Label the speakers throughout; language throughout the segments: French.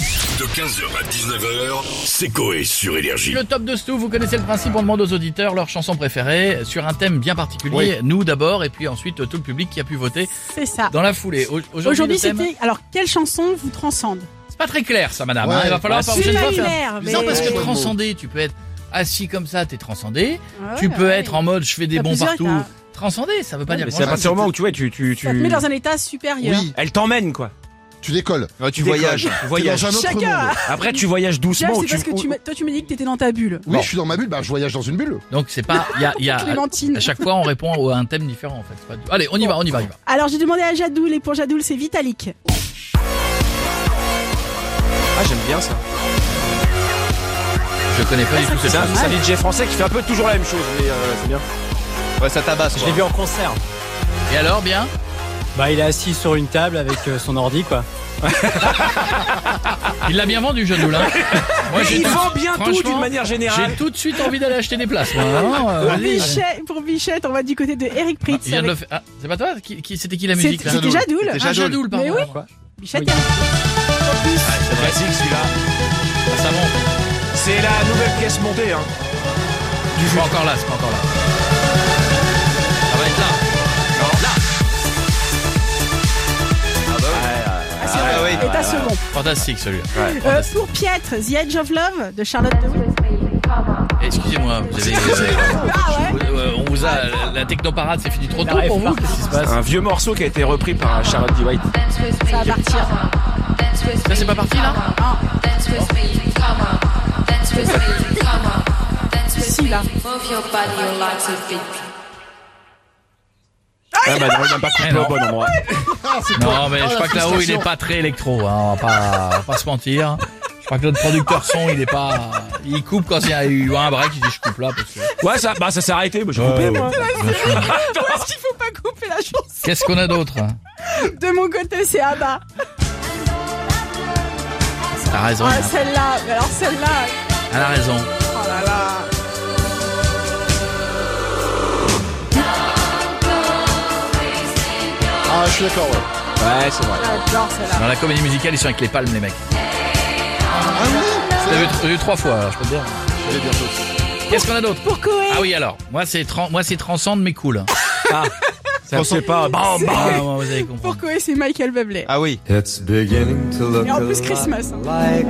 Speaker 1: De 15h à 19h, c'est Coé sur Énergie.
Speaker 2: Le top de Stu, vous connaissez le principe, on demande aux auditeurs leur chanson préférée sur un thème bien particulier. Nous d'abord, et puis ensuite tout le public qui a pu voter
Speaker 3: C'est ça.
Speaker 2: dans la foulée. Au- Aujourd'hui,
Speaker 3: Aujourd'hui,
Speaker 2: le thème,
Speaker 3: c'était. Alors, quelle chanson vous transcende
Speaker 2: c'est pas très clair ça, madame.
Speaker 4: Ouais,
Speaker 2: hein. Il va falloir
Speaker 4: bah,
Speaker 2: par
Speaker 4: si.
Speaker 2: prochaine fois faire-
Speaker 3: Similaire, mais- euh,
Speaker 2: Non, parce que
Speaker 4: Ouais.
Speaker 2: transcender, tu peux être assis comme ça, t'es transcendé.
Speaker 3: Ah Ouais,
Speaker 2: tu peux
Speaker 3: ouais.
Speaker 2: être en mode je fais des
Speaker 3: T'as
Speaker 2: bons
Speaker 3: plusieurs
Speaker 2: partout.
Speaker 3: états.
Speaker 2: Transcender, ça veut pas dire
Speaker 5: Mais c'est à
Speaker 2: grand-chose.
Speaker 5: partir du moment où tu vois, tu, tu,
Speaker 3: Ça te met
Speaker 5: tu...
Speaker 3: dans un état supérieur.
Speaker 4: Oui,
Speaker 5: Elle t'emmène quoi.
Speaker 4: tu décolles.
Speaker 5: tu voyages, tu
Speaker 4: T'es
Speaker 5: voyages.
Speaker 4: dans un autre
Speaker 3: Chacun.
Speaker 4: monde.
Speaker 5: Après tu voyages
Speaker 3: Jeff,
Speaker 5: doucement.
Speaker 3: c'est
Speaker 5: tu-
Speaker 3: parce que tu m'as- toi, tu m'as dit que t'étais dans ta bulle.
Speaker 4: Oui,
Speaker 5: Bon.
Speaker 4: je suis dans ma bulle, bah je voyage dans une bulle.
Speaker 2: Donc c'est pas, il y a, il y a-
Speaker 3: Clémentine.
Speaker 2: Ah, à chaque fois on répond à un thème différent en fait. C'est pas du- Allez, on y va, on y va, on y va.
Speaker 3: Alors, j'ai demandé à Jadoul, et pour Jadoul, c'est Vitalik.
Speaker 5: Ah j'aime bien ça.
Speaker 2: Je connais pas du tout
Speaker 5: C'est
Speaker 2: cette
Speaker 5: un,
Speaker 2: chanson.
Speaker 5: c'est un DJ français qui fait un peu toujours la même chose, mais euh, c'est bien.
Speaker 6: Ouais, ça tabasse.
Speaker 7: Je l'ai vu en concert.
Speaker 2: Et alors, bien
Speaker 7: Bah, il est assis sur une table avec euh, son ordi, quoi.
Speaker 2: Il l'a bien vendu, jeune Moulin. Moi, j'ai
Speaker 5: il
Speaker 2: tout-
Speaker 5: vend bien tout
Speaker 2: franchement,
Speaker 5: d'une manière générale. Ah,
Speaker 2: J'ai tout de suite envie d'aller acheter des places. moi, hein, euh,
Speaker 3: Pour
Speaker 2: allez.
Speaker 3: Bichette, pour Bichette, on va du côté de Eric
Speaker 2: Ah,
Speaker 3: Pritz.
Speaker 2: il vient de le
Speaker 3: avec-
Speaker 2: faire. Ah, c'est pas toi qui, qui- C'était qui la
Speaker 3: C'est-
Speaker 2: musique là
Speaker 3: C'était Jadoul.
Speaker 6: C'était
Speaker 2: Ah,
Speaker 6: Jadoul.
Speaker 2: Jadoul, pardon.
Speaker 3: Mais oui.
Speaker 2: Pourquoi
Speaker 3: Bichette,
Speaker 7: Oui.
Speaker 5: C'est classique celui-là.
Speaker 2: Ah, ça monte.
Speaker 5: C'est la nouvelle pièce montée. Hein.
Speaker 2: C'est pas encore là, c'est pas encore là. Ça va être là.
Speaker 3: ah, c'est vrai,
Speaker 6: Ah, ouais, ouais.
Speaker 3: état second.
Speaker 2: Fantastique celui-là.
Speaker 3: Euh, pour Pietre, The Edge of Love de Charlotte de Witt.
Speaker 2: Excusez-moi, vous avez.
Speaker 3: Ah ouais
Speaker 2: vous- euh, on vous a. la- La technoparade, c'est fini trop tôt
Speaker 7: arrive
Speaker 2: pour vous.
Speaker 7: pas.
Speaker 2: Qu'est-ce qui se passe
Speaker 5: Un vieux morceau qui a été repris par Charlotte D. White.
Speaker 3: Ça va partir.
Speaker 2: Ça, c'est pas parti là
Speaker 3: Si, là.
Speaker 5: Ah bah non, il n'a pas coupé au bon endroit.
Speaker 2: Non, mais je crois que là-haut, il
Speaker 4: frustration.
Speaker 2: est pas très électro. Hein, on, va pas, on va pas se mentir. Je crois que notre producteur son, il est pas. Il coupe quand il y a eu un break. Il dit je coupe là parce que.
Speaker 5: Ouais, ça, bah, ça s'est arrêté. Bah, j'ai coupé moi.
Speaker 3: Parce qu'il faut pas couper la chanson.
Speaker 2: Qu'est-ce qu'on a d'autre hein
Speaker 3: De mon côté, c'est Abba.
Speaker 2: T'as raison.
Speaker 3: Ah, celle-là, mais alors celle-là.
Speaker 2: Elle a raison.
Speaker 3: Oh là là.
Speaker 4: Ah, je suis d'accord, ouais.
Speaker 5: Ouais, c'est vrai.
Speaker 3: J'adore celle-là.
Speaker 2: Dans la comédie musicale, ils sont avec les palmes, les mecs.
Speaker 4: Ah oui
Speaker 2: Je l'avais tr- eu trois fois, alors, je peux te dire.
Speaker 4: Je l'ai bien fait.
Speaker 2: Qu'est-ce qu'on a d'autre
Speaker 3: Pour Koé,
Speaker 2: Ah oui, alors. Moi, c'est tran- moi, c'est transcende, mais cool.
Speaker 5: Ça c'est pas. Bam, bam.
Speaker 2: Ah, bon, vous allez comprendre.
Speaker 3: pour Koé, c'est Michael Bublé.
Speaker 6: Ah oui.
Speaker 3: Et en plus, Christmas. hein.
Speaker 4: Ah ouais,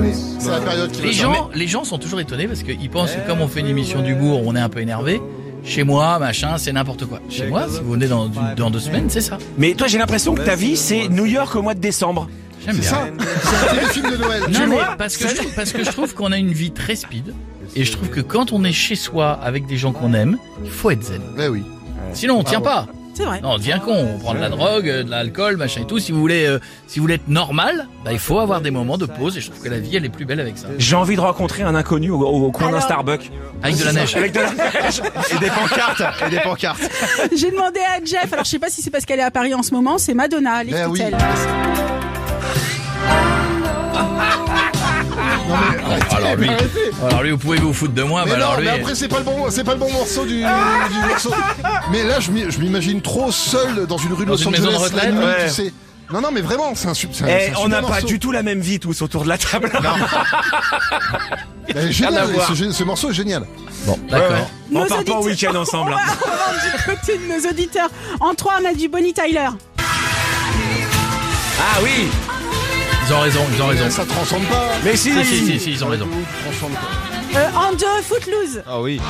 Speaker 4: mais oui. C'est la période qui
Speaker 2: Les
Speaker 4: va-
Speaker 2: gens, les gens sont toujours étonnés parce qu'ils pensent que comme on fait une émission d'humour, on est un peu énervé. Chez moi, machin, c'est n'importe quoi. Chez moi, si vous venez dans, dans deux semaines, c'est ça.
Speaker 5: Mais toi, j'ai l'impression que ta vie, c'est New York au mois de décembre.
Speaker 2: J'aime
Speaker 4: C'est
Speaker 2: bien.
Speaker 4: ça C'est le film de Noël. Tu
Speaker 2: Non, mais
Speaker 4: vois
Speaker 2: parce que, je, trouve- parce que je trouve qu'on a une vie très speed. Et je trouve que quand on est chez soi avec des gens qu'on aime, il faut être zen.
Speaker 4: Mais Eh oui.
Speaker 2: Sinon, on
Speaker 4: Ah
Speaker 2: tient pas.
Speaker 3: C'est vrai.
Speaker 2: Non, on devient con. On prend de la drogue, euh, de l'alcool, machin et tout. Si vous voulez, euh, si vous voulez être normal, bah, il faut avoir des moments de pause. Et je trouve que la vie, elle est plus belle avec ça.
Speaker 5: J'ai envie de rencontrer un inconnu au, au- au coin d'un
Speaker 3: Alors-
Speaker 5: Starbucks.
Speaker 2: Avec de la neige.
Speaker 5: Avec de la-
Speaker 6: Et des pancartes. Et des pancartes.
Speaker 3: J'ai demandé à Jeff, alors je sais pas si c'est parce qu'elle est à Paris en ce moment, c'est Madonna, Lift
Speaker 4: Ben
Speaker 3: It
Speaker 4: oui.
Speaker 3: Hell.
Speaker 2: Alors lui, alors lui, vous pouvez vous foutre de moi, mais,
Speaker 4: Mais
Speaker 2: bah alors
Speaker 4: non,
Speaker 2: lui.
Speaker 4: mais après c'est pas le bon, c'est pas le bon morceau du, du morceau. Mais là, je m'y- je m'imagine trop seul dans une rue de
Speaker 2: Dans
Speaker 4: Los
Speaker 2: une
Speaker 4: Angeles
Speaker 2: maison de
Speaker 4: la
Speaker 2: retraite,
Speaker 4: nuit,
Speaker 5: ouais.
Speaker 4: tu sais. Non, non, mais vraiment, c'est un, sup- c'est un,
Speaker 5: Eh,
Speaker 4: c'est un
Speaker 5: on
Speaker 4: super
Speaker 5: n'a pas
Speaker 4: morceau.
Speaker 5: du tout la même vie tous autour de la table.
Speaker 4: Eh,
Speaker 5: Rien à
Speaker 4: génial,
Speaker 5: voir.
Speaker 4: ce, gé- ce morceau est génial.
Speaker 2: Bon, d'accord.
Speaker 3: Nos
Speaker 5: On part pas
Speaker 3: auditeurs-
Speaker 5: en week-end ensemble. hein.
Speaker 3: On va voir du côté de nos auditeurs. En trois, on a du Bonnie Tyler.
Speaker 5: Ah oui,
Speaker 2: Ils ont raison, ils ont raison.
Speaker 4: Mais Ça transcende pas.
Speaker 5: mais si,
Speaker 2: Si, si, si, si, ils ont raison.
Speaker 4: Transcende pas.
Speaker 3: Euh, en deux, Footloose.
Speaker 6: Ah oui.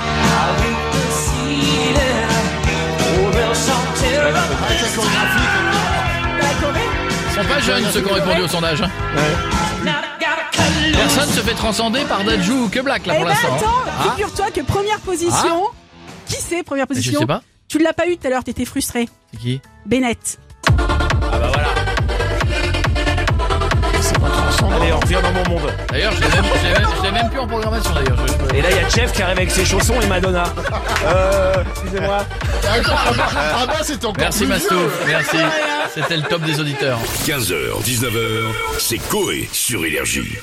Speaker 4: Avec la chorégraphie,
Speaker 3: La Corée.
Speaker 2: Ils sont pas jeunes ceux qui ont répondu au sondage. hein. Personne se fait transcender par Dajou ou que Black là
Speaker 3: Eh
Speaker 2: pour
Speaker 3: ben
Speaker 2: l'instant. hein.
Speaker 3: attends, figure-toi que première position. Qui c'est première
Speaker 2: Mais
Speaker 3: position
Speaker 2: Je sais pas.
Speaker 3: Tu l'as pas eu tout à l'heure, t'étais frustré.
Speaker 2: C'est qui
Speaker 3: Bennett.
Speaker 5: Ah bah Allez, on revient dans mon monde.
Speaker 2: D'ailleurs, je l'ai même, je l'ai même, je l'ai même plus en programmation d'ailleurs. Je-
Speaker 5: Et là, il y a Jeff qui arrive avec ses chaussons et Madonna. Euh, excusez-moi.
Speaker 4: comme- Attends, ah bah- ah bah, c'était encore
Speaker 2: Merci
Speaker 4: plus
Speaker 2: Mastou,
Speaker 4: vieux.
Speaker 2: merci. C'était le top des auditeurs.
Speaker 1: 15h, 19h, c'est Coé sur Énergie.